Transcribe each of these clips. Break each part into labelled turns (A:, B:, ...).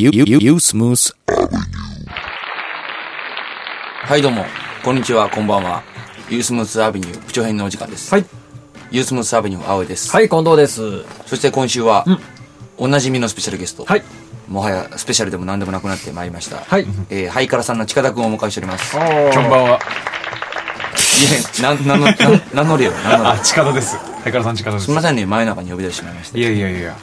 A: ゆ、ゆ、ゆ、ゆ、スムース。
B: はい、どうも。こんにちは、こんばんは。ユースムースアビニュー、部長編のお時間です。
C: はい。
B: ユースムースアビニュー、青江です。
C: はい、近藤です。
B: そして今週は、おなじみのスペシャルゲスト。
C: はい。
B: もはや、スペシャルでも何でもなくなってまいりました。
C: はい
B: えー、ハイカラさんの近田くんをお迎えしております。い
D: こんばんは。
B: え、な、なの、な、名乗れよ、名乗
D: あ
B: れ、。
D: 近田です。はいからさん近田です
B: すみ。ませんね、真夜中に呼び出してしまいました
D: い。やいやいや。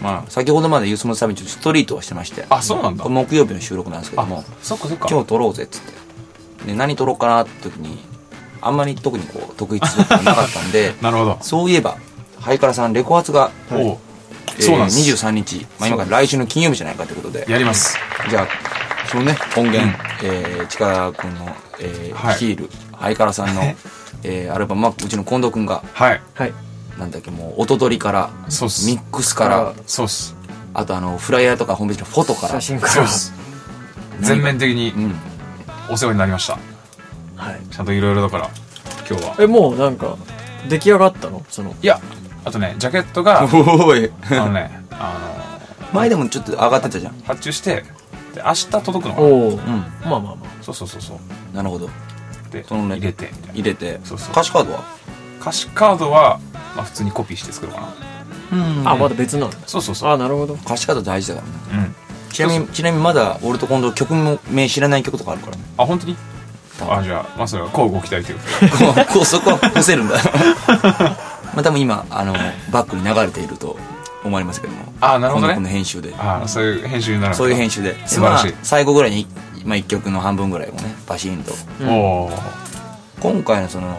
B: まあ、先ほどまでユースムースアビニュー、ストリートをしてまして。
D: あそうなんだ
B: これ木曜日の収録なんですけども。
D: そっかそっか。
B: 今日撮ろうぜっつってで何撮ろうかなって時にあんまり特にこう得意することがなかったんで
D: なるほど
B: そういえばハイカラさんレコ発が、
D: おう
B: えー
D: そうなんです。
B: 23日、まあ、今から来週の金曜日じゃないかということで
D: やります。
B: じゃあそのね音源、えー、近くんの、えー
D: はい
B: 率いるハイカラさ んの、えーアルバムはうちの近藤くんが
D: はい。
C: はい。
B: なんだっけもう音取りから
D: そうっす
B: ミックスから
D: そうっす。
B: あとあのフライヤーとかホームページのフォトから
C: 写 真か
D: そう
C: ら
D: っ。す。全面的に
B: うん
D: お世話になりました。
C: はい。
D: ちゃんといろいろだから、今日は。
C: え、もうなんか、出来上がったのその。
D: いや、あとね、ジャケット が、あ
B: おい
D: のね、あ
B: 前でもちょっと上がってたじゃん
D: の、発注して、で、明日届くのかな
C: おお。まあまあま
D: そうそうそうそう。
B: なるほど
D: で、
B: そのね
D: 入れて、みたいな
B: 入れて
D: そうそう
B: 歌詞カードは
D: 歌詞カードは、まあ普通にコピーして作ろうかな。
C: あ。あ、まだ別なの
D: そうそうそう。
C: あ、なるほど。
B: 歌詞カード大事だからね
D: うん。
B: ちなみにちなみにまだ俺と今度曲名知らない曲とかあるからね
D: あ、本当に
B: 多分
D: あ、じゃあ、まあそれは交互期待ということで。
B: こうそこは伏せるんだ まあ多分今あのバックに流れていると思われますけども
D: あーなるほどね
B: この編集で
D: ああそういう編集になるのか
B: そういう編集で
D: 素晴らしい
B: まあ、最後ぐらいに、まあ、1曲の半分ぐらいをねバシーンと
D: おおー
B: 今回のその、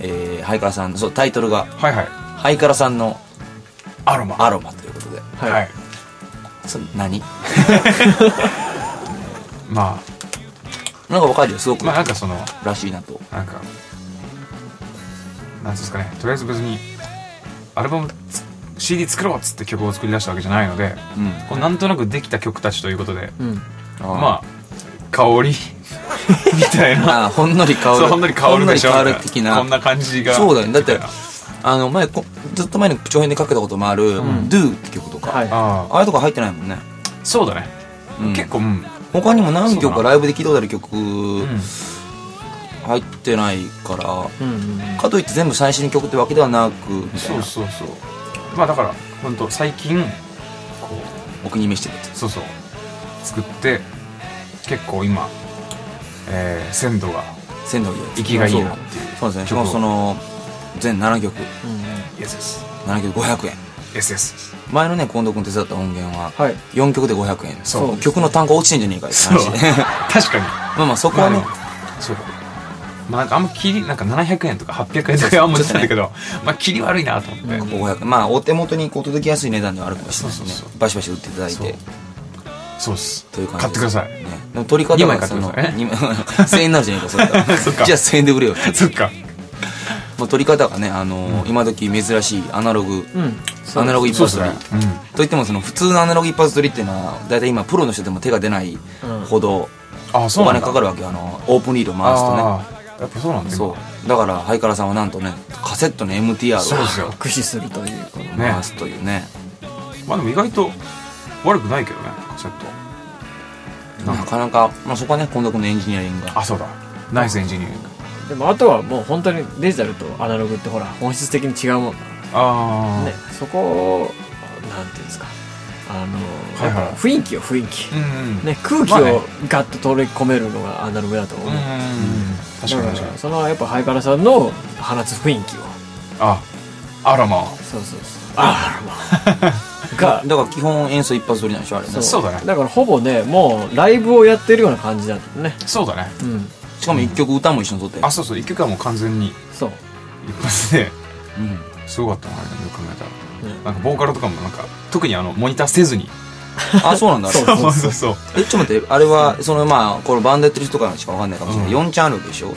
B: えーハイカラさんのそうタイトルが
D: はいはい
B: ハイカラさんの
D: アロマ
B: アロマということで
D: はい、
B: そ何
D: ま
B: なんかわかるよすご
D: あ
B: く
D: まあなんかその
B: らしいなと
D: なんかなんていうんですかねとりあえず別にアルバムつ CD 作ろうっつって曲を作り出したわけじゃないので、
B: うん
D: こうなんとなくできた曲たちということで、
C: うん。
D: まあ香り みたいな
B: あーほんのり香る
D: そうほんのり香るでしょ
B: ほんのり香る的な
D: こんな感じが
B: そうだよねだって
D: みたいな
B: あの前こずっと前の長編でかけたこともある「Do」って曲とか、
C: はい。
D: ああ
B: ああいうとこ入ってないもんね、
D: そうだね、
B: うん
D: 結構うん
B: 他にも何
D: そ
B: 曲
D: う
B: か
D: だ
B: ライブで聴いたことある曲
D: うん
B: 入ってないか
C: うんうん。
B: らかといって全部最新の曲ってわけではなくみたい
D: そ
B: な
D: うそうそうまあだから本当最近こ
B: お気に召してるや
D: うそうそう作って結構今、えー鮮度が
B: つ鮮度がいいやつ
D: 生きがいいなっていう
B: そうですねし
D: 曲
B: か
D: を
B: もその全7曲
D: イエスです
B: 7曲500円
D: イエスイエス
B: 前のね近藤君手伝った音源は
C: はい
B: 4曲で500円、
D: そう
B: 曲の単価落ちてんじゃねえかって
D: そう
B: 話
D: 確
B: ま
D: かに
B: あ まあそこ
D: まあ
B: は
D: で
B: ね
D: もそうまあなんかあんま切りなんか700円とか800円とかあんま出てたんだけど、まあ切り悪いなと思って、
B: 500まあお手元にこう届きやすい値段ではあるかもしれないです
D: そうそう
B: ねバシバシ売っていただい
D: そう
B: て
D: そうっす
B: という感じ
D: 買ってください
B: ね、でも取り方
D: 二枚
B: は
D: 買っ
B: そ
D: てく
B: の
D: ださいね
B: 二枚 1000円になるじゃねえかそれから
D: そっか
B: じゃあ1000円で売れよ
D: そっか
B: まあ、取り方がね、あのー今時珍しいアナログ、
C: うん。
B: アナログ一発
D: そう
B: 撮り、
D: ですね
B: といってもその普通のアナログ一発撮りっていうのは大体今プロの人でも手が出ないほど
D: あそ
B: お
D: うなんだ
B: 金かかるわけよあのオープンリードを回すとね
D: あーやっぱそうなんだよ
B: そうだからハイカラさんはなんとねカセットの MTR
D: そうですよ
B: を
C: 駆使するというこの。
B: 回すというね
D: まあでも意外と悪くないけどねカセット
B: なかなか、まあ、そこはね近藤君のエンジニアリングが
D: あそうだナイスエンジニアリング
C: でもあとはもう本当にデジタルとアナログってほら、本質的に違うもんだから
D: ああ、
C: ね。そこを、なんていうんですか。あの、
D: はいはい
C: やっぱ雰囲気よ、雰囲気
D: う。んうん、
C: ね、空気
D: まあね
C: をガッと取り込めるのがアナログだと思
D: う
C: う。
D: んうんうん確かに
C: だ
D: 確
C: か
D: からに
C: そのやっぱハイカラさんの放つ雰囲気を
D: あアロマ
C: そうそうそうあらまあが
B: だから基本演奏一発撮りなんでしょあれね
C: そう
B: し
D: そうだね
C: だからほぼねもうライブをやってるような感じだったね
D: そうだね
C: うん
B: かも一曲歌も一緒に撮って
D: あそうそう一曲はもう完全に
C: そう
D: 一発で
B: うん
D: すごかったなあれよく考えたら、
C: うん
D: なんかボーカルとかもなんか特にあのモニターせずに
B: あ、そうなんだ。あれ
C: そう
D: そうそうそう
B: え、ちょっと待って、あれは、その、まあ、このバンドやってる人からしかわかんないかもしれない。
D: う
B: 4チャンネルでしょ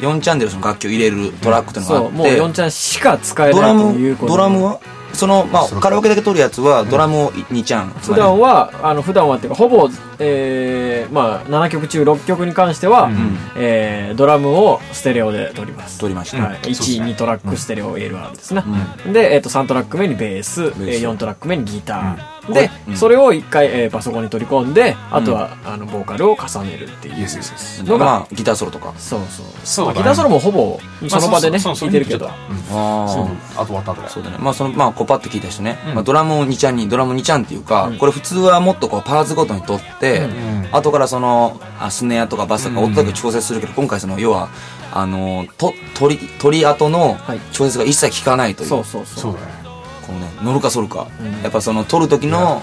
B: ?4 チャンネルその楽器を入れるトラックっていうのが
C: そう、もう
B: あ
C: 4
B: って、
C: ちゃんしか使え
B: ド
C: な
B: ラ
C: いという
B: ム、
C: こと
B: ドラムはその、まあ、
D: そうか
B: カラオケだけ取るやつは、ドラムを2チャン。
C: 普段は、あの、普段はっていうか、ほぼ、えー、まあ、7曲中6曲に関しては、
D: うん
B: うん。
C: えー、ドラムをステレオで撮ります。
B: 取りました。
C: はい、
D: そうです
C: 1、
D: ね
C: 2トラックステレオ ALR ですね
B: う。ん。
C: で、えっと3トラック目にベース
B: ベース
C: 4トラック目にギター、
B: うん
C: で、
B: うん
C: それを1回、えーパソコンに取り込んであとは、あのボーカルを重ねるっていう、
D: イエスイエスイエス
C: のが
B: まあ、ギターソロとか。
C: そうそう
D: そう
C: ま
D: だね
C: あギターソロもほぼその場でね
D: そうそ
C: 弾
D: う
C: いてるけど
D: そううん
B: あ
D: そうあと終わった後だ
B: そうだね。まあ、その、まあ、こうパッて聞いた人ね。
D: うん
B: まあ、ドラムを2ちゃんに、ドラム2ちゃんっていうか、
C: うん
B: これ普通はもっとこう、パーツごとに取って、
D: ん
B: 後からその、あスネアとかバスとか
D: うん
B: 音だけ調節するけど、今回その、要は、あの、と、取り、取り後の
C: はい
B: 調節が一切効かないという。
C: そうそうそう
D: そうだね
B: このね、乗るか反るか。
C: うん
B: やっぱその、取る時
D: いや
B: の、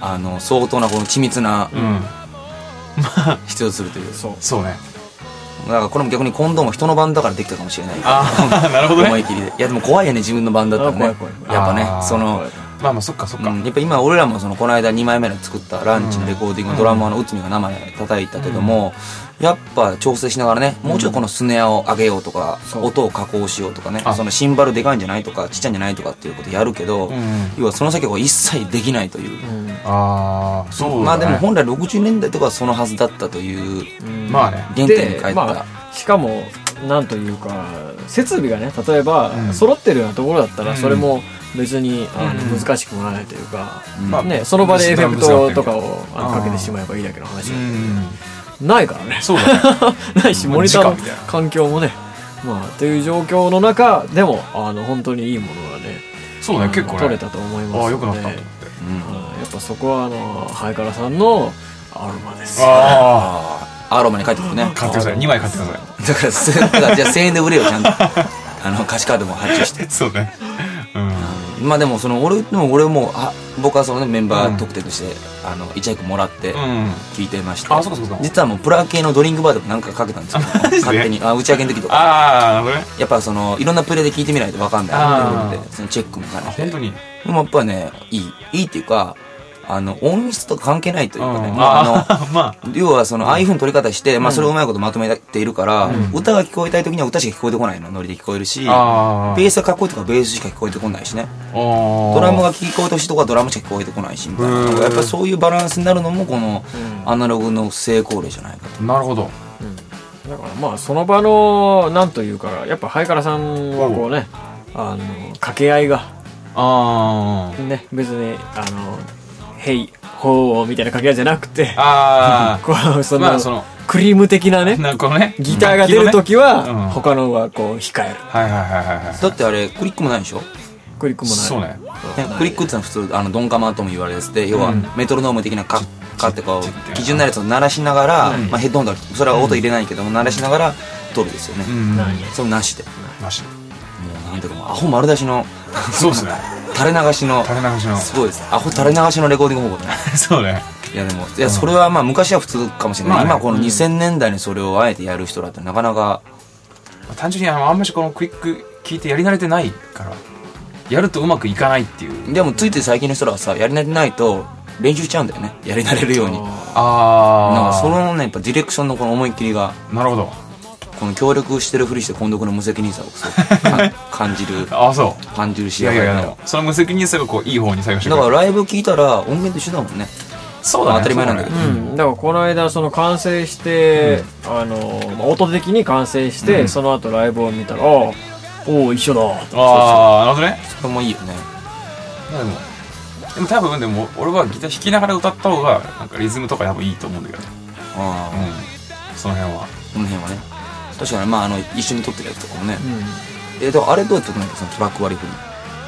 B: あの、相当なこの緻密な
D: うん
B: 必要とするという。
C: そう
D: そうね
B: だからこれも逆に今度も人の番だからできたかもしれない。
D: ああ なるほど
B: 思い
D: ね
B: 切りで。いや、でも怖いよね、自分の番だったらね。
C: あ怖い怖い怖
D: い
B: やっぱ
D: あ
B: ね
D: ー、
B: その、
D: まあまあそっかそっか
B: うん、やっぱ今俺らもそのこの間2枚目の作ったランチのレコーディングのドラマーの内海が生で叩いたけども、やっぱ調整しながらねもうちょいこのスネアを上げようとか、
C: そう
B: 音を加工しようとかね
D: あ
B: そのシンバルでかいんじゃないとかちっちゃいんじゃないとかっていうことやるけど、
D: うん
B: 要はその先は一切できないという、
C: うん
D: ああそうだね
B: まあでも本来60年代とかはそのはずだったという
C: うん
D: まあね
B: 原点に帰った、
C: でまあ、しかもなんというか設備がね例えば、
D: うん
C: 揃ってるようなところだったら、
D: うん
C: それも別にあの、
D: うん
C: 難しくもないというか、
B: うん
D: まあ
C: ね、その場でエフェクトとかをあの
D: あー
C: かけてしまえばいいだけの話
D: う
C: なんで
D: ん
C: ないからね
D: そうだね
C: ないし
D: うん
C: モニターの
D: 直みたいな
C: 環境もねまあという状況の中でもあの本当にいいものがね
D: そうだ
C: あ
D: ね
C: の
D: 結構ね
C: 取れたと思いますの
D: あ
C: で
D: あよくなったと思って
B: うん
C: はいやっぱそこはあのハイカラさんのアロマです
D: ああ
B: あーアロマに帰ってくるね
D: 買ってください2枚買ってくださ
B: だからすだからじゃあ1000円で売れよちゃんとあの歌詞カードも発注して
D: いそうねうん
B: まあでもその俺でも俺もあ僕はそのねメンバー特典として、あの一役もらって
D: うん
B: 聞いてまして、
D: あそうかそうか
B: 実はもうプラ系のドリンクバーでもなんかかけたん ですよ
D: ジで
B: 勝手にあ打ち上げの時とか
D: ああなるほどね
B: やっぱそのいろんなプレイで聞いてみないとわかんないっていうこと
D: あ
B: でそのチェックも兼
D: あ
B: ねて
D: 本当に
B: でもやっぱねいいいいっていうかあの音質とか関係ないというかね、
D: うん
B: まああの
D: あまあ
B: 要はその、ああいうふうに撮り方して、まあそれをうまいことまとめているから、歌が聞こえたい時には歌しか聞こえてこないの、ノリで聞こえるし、ベ
D: あー
B: ースがかっこいいとかベースしか聞こえてこないしね。
D: ド
B: ドラムが聞こえてほしいとこはドラムしか聞こえてこないしみたいな
D: うん
B: やっぱそういうバランスになるのもこの
C: うん
B: アナログの成功例じゃないかと
D: なるほど
C: だからまあその場のなんというかやっぱハイカラさんはこうねあの掛け合いが
D: あ
C: ね別にあの「ヘイホー」みたいな掛け合いじゃなくて
D: ああ
C: こうその,、
D: まあその
C: クリーム的なね
D: あなんかこのね
C: ギターが出るとき
D: 楽器のねう
C: は
D: ん
C: 他のがこう控える
D: はいはいはいはいはい
B: だってあれクリックもないでしょ、ね
C: クリックもない
D: そうね
B: クリックってのは普通あのドンカマンとも言われるやつで要は
D: うん
B: メトロノーム的なカッカッてこ
D: チッチッチッ
B: う基準になるやつを鳴らしながら、
D: うん
B: まあ、ヘッドホンだからそれは音入れないけども鳴らしながら撮るですよね、
D: うん
C: ない、
B: それなしでも
D: なし
B: うなんていうかもうアホ丸出しの
D: そうっすね
B: 垂れ流しの
D: 垂れ流しの
B: すごいですアホ垂れ流しのレコーディング方法だね
D: そうね
B: いやでもいやそれはまあ昔は普通かもしれない、
D: まあね
B: 今この2000年代にそれをあえてやる人だってなかなか
D: 単純にあのあんまりこのクリック聞いてやり慣れてないからやるとうまくいかないっていう
B: でもついて最近の人らはさやり慣れてないと練習しちゃうんだよねやり慣れるようになん
D: あ
B: か
D: あ
B: そのねやっぱディレクションのこの思いっきりが
D: なるほど
B: この協力してるふりして近藤君の無責任さをす ごいか感じる
D: ああそ
B: 感じる
D: うい
B: し
D: やいやいや
B: だ
D: で
B: か
D: もその無責任さがこういい方に作用してくれ
B: ら
D: る
B: ライブ聞いたら音源と一緒だもんね
D: そうだね
B: 当たり前なんだけど
D: そううん
C: だからこの間その完成して、あのまあ音的に完成して、その後ライブを見たらああおお一緒だ
D: だねああなるほどね
B: それもいいよね
D: まあでもでも多分でも俺はギター弾きながら歌った方がなんかリズムとか多分いいと思うんだけど
B: あ
D: う
B: あ、
D: んその辺は
B: この辺はね確かにまああの一緒に撮ってるやつとかもね、
C: うん
B: えでもあれどうやって撮るのかそのトラック割り振り
C: だ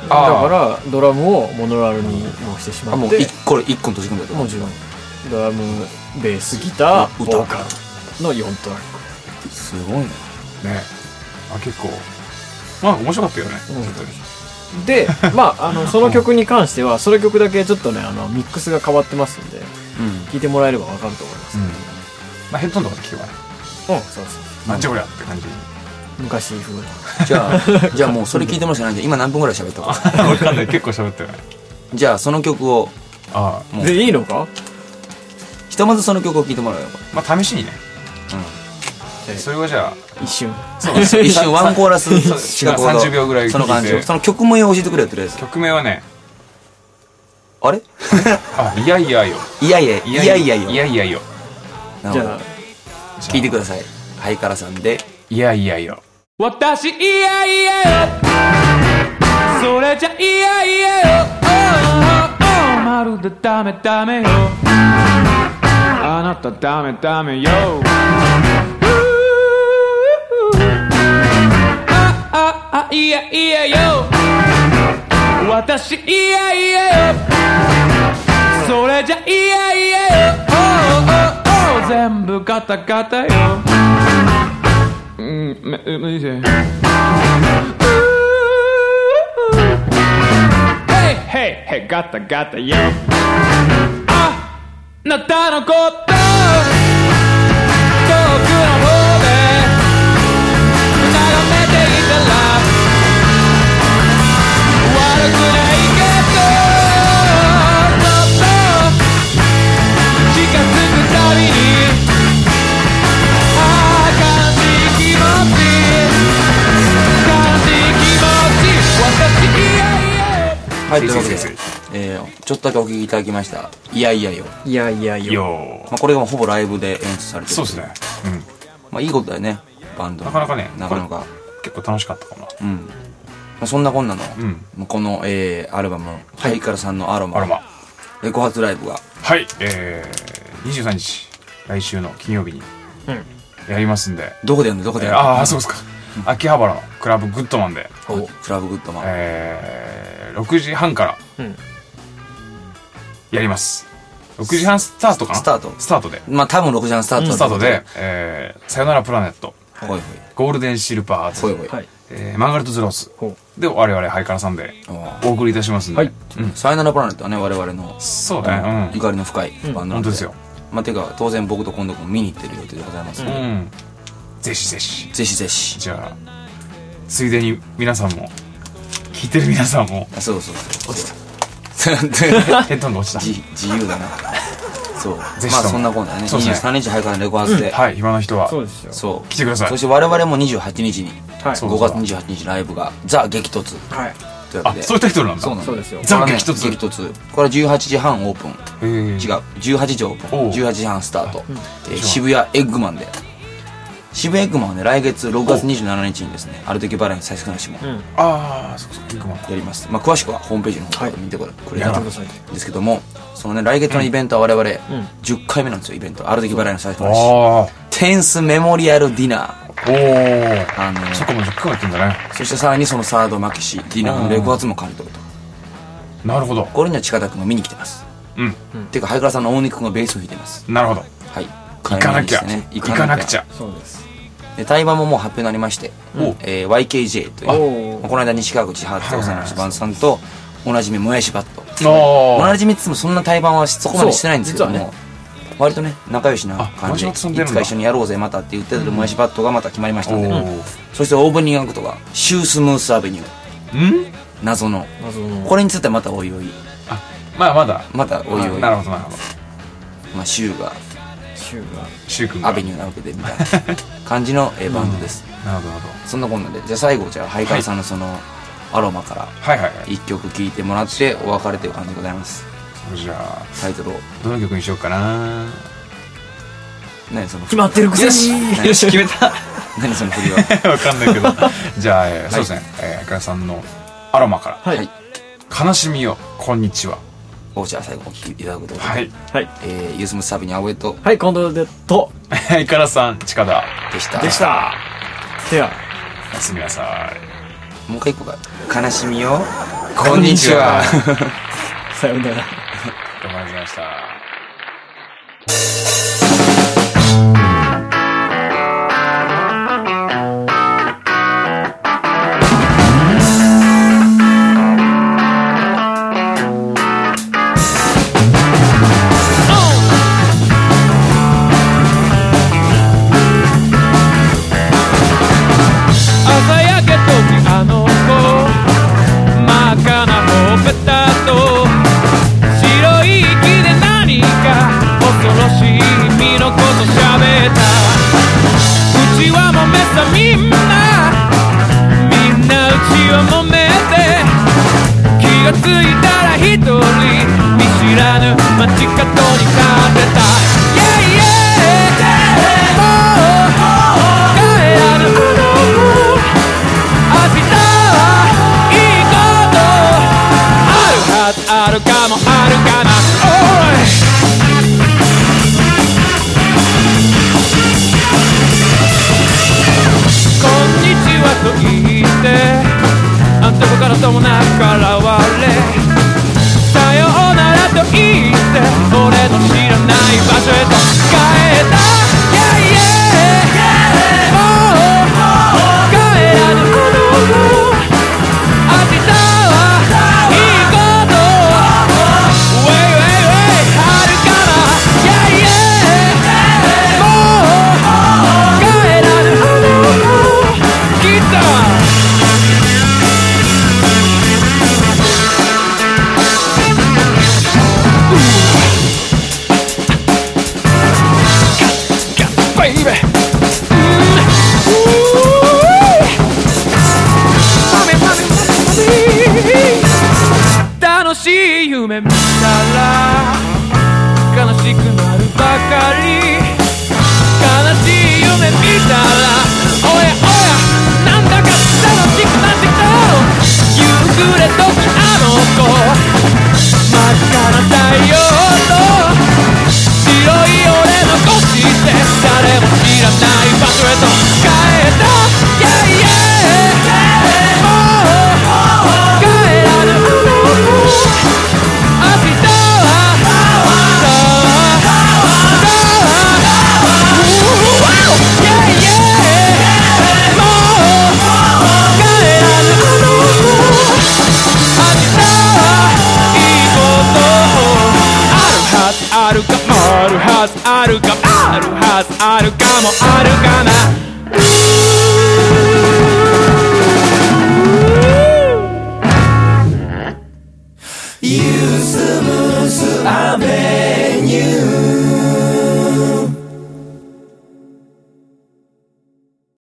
D: あー
C: からドラムをモノラルにもうしてしま
B: あも
C: っ
B: う一
C: て
B: これ一個に閉じ込んだよ
C: もちろんドラムベースギター
B: 歌
C: ボーカルの4トラック
B: すごいね
D: ねあ結構まあ面白かったよね
C: 面白かったで、 まあ、あのその曲に関してはその曲だけちょっとねあのミックスが変わってますんで
B: うん
C: 聴いてもらえればわかると思います、
D: うんまあヘッドホンとかで聞けばね
C: うん、そうそう
D: なんじゃこりゃって感じ
C: 昔風な
B: じゃあ じゃあもうそれ聞いてもらうしかないんで今何分ぐらい喋ったか
D: わかんない結構喋ったよね
B: じゃあその曲を
D: あ
B: もう
C: でいいのか
B: ひとまずその曲を聴いてもらう よこ
D: あまあ試しにね
C: え
D: それはじゃあ
C: 一瞬
B: れ一瞬ワンコーラス
D: そう
B: 近くほど
D: 30秒ぐらい聞いて
B: その感じをその曲名を教えてくれよとりあえず
D: 曲名はね
B: あれ
D: あいやいやよ
B: いやいやいやいや
D: い
B: いや
D: やいやよ
B: な
C: じ
B: るほ
C: ゃ
B: ど
C: あ
B: 聴いてくださいハイカラさんで
D: いやいやよ
E: 私いやいやよそれじゃいやいやよおうおうおうまるでダメダメよあなたダメダメよあああいやいやよ私いやいやよそれじゃいやいやよおうおうおう全部ガタガタよ Mm, me- eh, me dice. Hey, hey, hey, gata, gata, yo. Ah, なたのこと遠くの方で眺めていたら悪くないけどもっと近づくたびに「ああ悲しい気持ち悲しい気持ち」「私いやいや」
B: はいというわけで
D: 先生先、
B: えー、ちょっとだけお聴きいただきました「いやいやよ」
C: いやいやいや
D: よ
B: まあ、これがもうほぼライブで演出されてる
D: そうですねうん
B: まあ、いいことだよねバンドの
D: なかなかね
B: なかなか
D: 結構楽しかったかな
B: うん、まあ、そんなこんなの、
D: うん
B: この、えーアルバム「ハイカラさんのアロマ」
D: アロマ
B: えー5発ライブが
D: はいえー、23日来週の金曜日に
C: うん
D: やりますんで、
B: どこでやるのどこで
D: え
B: や
D: ー
B: るの
D: ああそうですか秋葉原のクラブグッドマンで、
B: おクラブグッドマン、
D: えー、6時半から
C: うん
D: やります6時半スタートかな
B: スタート
D: スタートで
B: まあ多分6時半スタートだ
D: スタートで、えー、さよならプラネット
B: ほい
D: ゴールデンシルバーズ
B: ほいほいほ
C: はいい
D: えーマンガレット・ズロース
C: ほ
D: で我々ハイカラさんで
B: あ
D: お送りいたしますんで、
C: はい
D: うん、
B: サイナラプラネットはね我々の
D: そうね
B: ゆかりの深いバン
D: うん
B: ドな
D: 本
B: んで、
D: 当ですよ、
B: まあ、てか当然僕と今度君見に行ってる予定でございますの
D: う
B: で、
D: ん、ぜひぜひ
B: ぜひぜひ
D: じゃあついでに皆さんも聞いてる皆さんも
B: あそうそうそう落ちた
D: テントンが落ちた
B: 自自由だなそう
D: ぜひとも
B: まあそんなこんなね
D: そうですね
B: 23日ハイカラのレコ発で、
D: はい今の人は
C: そうですよ
B: そう
D: 来てください
B: そして我々も28日に
C: はい
D: そう
B: 5月28日ライブが「ザ・激突
C: はい」
B: というわ
D: あ
B: けで
D: そういうタイトルなんだ
B: そうなん
C: そうですよ
D: ザ
B: これね
D: 激突
B: 激突これは18時半オープン
D: へー
B: 違う18時オープン
D: おう
B: 18時半スタート、えー渋谷エッグマンで渋谷エッグマンはね来月6月27日にですねある時バレン最速なしも
C: ん
D: ああそうそうピンクマン
B: やります、まあ、詳しくはホームページの方から見てくれた
C: や
B: ら
C: っ
B: と
C: て
B: 思
C: くだ
B: います
C: さい
B: ですけどもそのね来月のイベントは我々10回目なんですよイベントある時バレンの最速なし
D: あ
B: テンスメモリアルディナー
D: あおお
B: あのー
D: そこも10回やってんだね
B: そしてさらにそのサード負けしディナーのレコ発も借り取ると
D: なるほど
B: これには近田君も見に来てます
D: うん
B: てか早川さんの大肉君がベースを弾いてます
D: なるほど
B: はい
D: 行
B: 行
D: かなきゃ行かなくちゃ
C: そうです
B: で対バンももう発表になりまして、
D: お
B: えー YKJ という
C: お
B: まあこの間西川口発表されましたバンドさんとおなじみもやしバット
D: お
B: お
D: ー
B: なじみっつってもそんな対バンはそこまでしてないんですけども、
C: そう実は
B: 割とね仲良しな
D: あ
B: 感じで
D: もやしバットさん出る
B: い
D: んだ
B: つか一緒にやろうぜまたって言ってたもやしバットがまた決まりました
D: お
B: んで、
D: ー
B: そしてオープニングアクトが「シュースムースアベニュー
D: うん
B: 謎の」
C: 謎の
B: これについてはまたおいおい
D: あまあまだ
B: またおいおい
D: なるほどなるほど
B: まあ、シューが
C: 週が
D: シュウ君が
B: アベニューなわけでみたいな感じのえーバンドです、
D: なるほどなるほど
B: そんなこんなでじゃあ最後じゃあハイカラさんのそのアロマから
D: はいはいはい
B: 一曲聴いてもらってお別れという感じでございます
D: じゃあ
B: タイトルを
D: どの曲にしようかな
B: 何そ の
C: 決まってるくせに
B: よし決めた何その振りは
D: わかんないけど。じゃあ、えーそうですね。えー、あかさんのアロマか
C: はい
D: ら、悲しみよ、こんにちは。
B: おじゃあ最後お聴きいただくということで、
D: はい。
C: はい
B: えー、ユースムサビに青江と
C: はい今度でと
D: えー、からさん、近田、
B: でした
C: でしたでは
D: おやすみなさい。
B: もう一回一個が悲しみよこんにちは
C: さようなら
D: どうもありがとうございました。
E: 朝焼け時あの子真っ赤なほっぺたと白いうちはもめさみんなみんなうちをもめて気がついたら一人見知らぬ街角に立てた Yeah yeah もう帰らぬあの明日はいいことあるはずあるかもあるかなおいこんにちはと言ってあんたこからともなくからわれさようならと言って俺の知らない場所へと帰った Yeah yeah もう帰らぬあの明日はいいことあるはずあるかもあるかなウェイウェイウェイあるかないやいやもう帰らぬあのギターベイベーうん楽しい夢見たら悲しくなるばかり悲しい夢見たらおやおやなんだか楽しくなってきた夕暮れ時あの子真っ赤な太陽と白い俺の腰で誰も知らない場所へと帰ったイェイイェイもう帰らぬ明日は明日は明日は Yeah, yeah もう帰らぬ明日はいいことあるはずあるかもあるはずあるかもあるはずあるかもあるかな
A: ユースムースアベニュー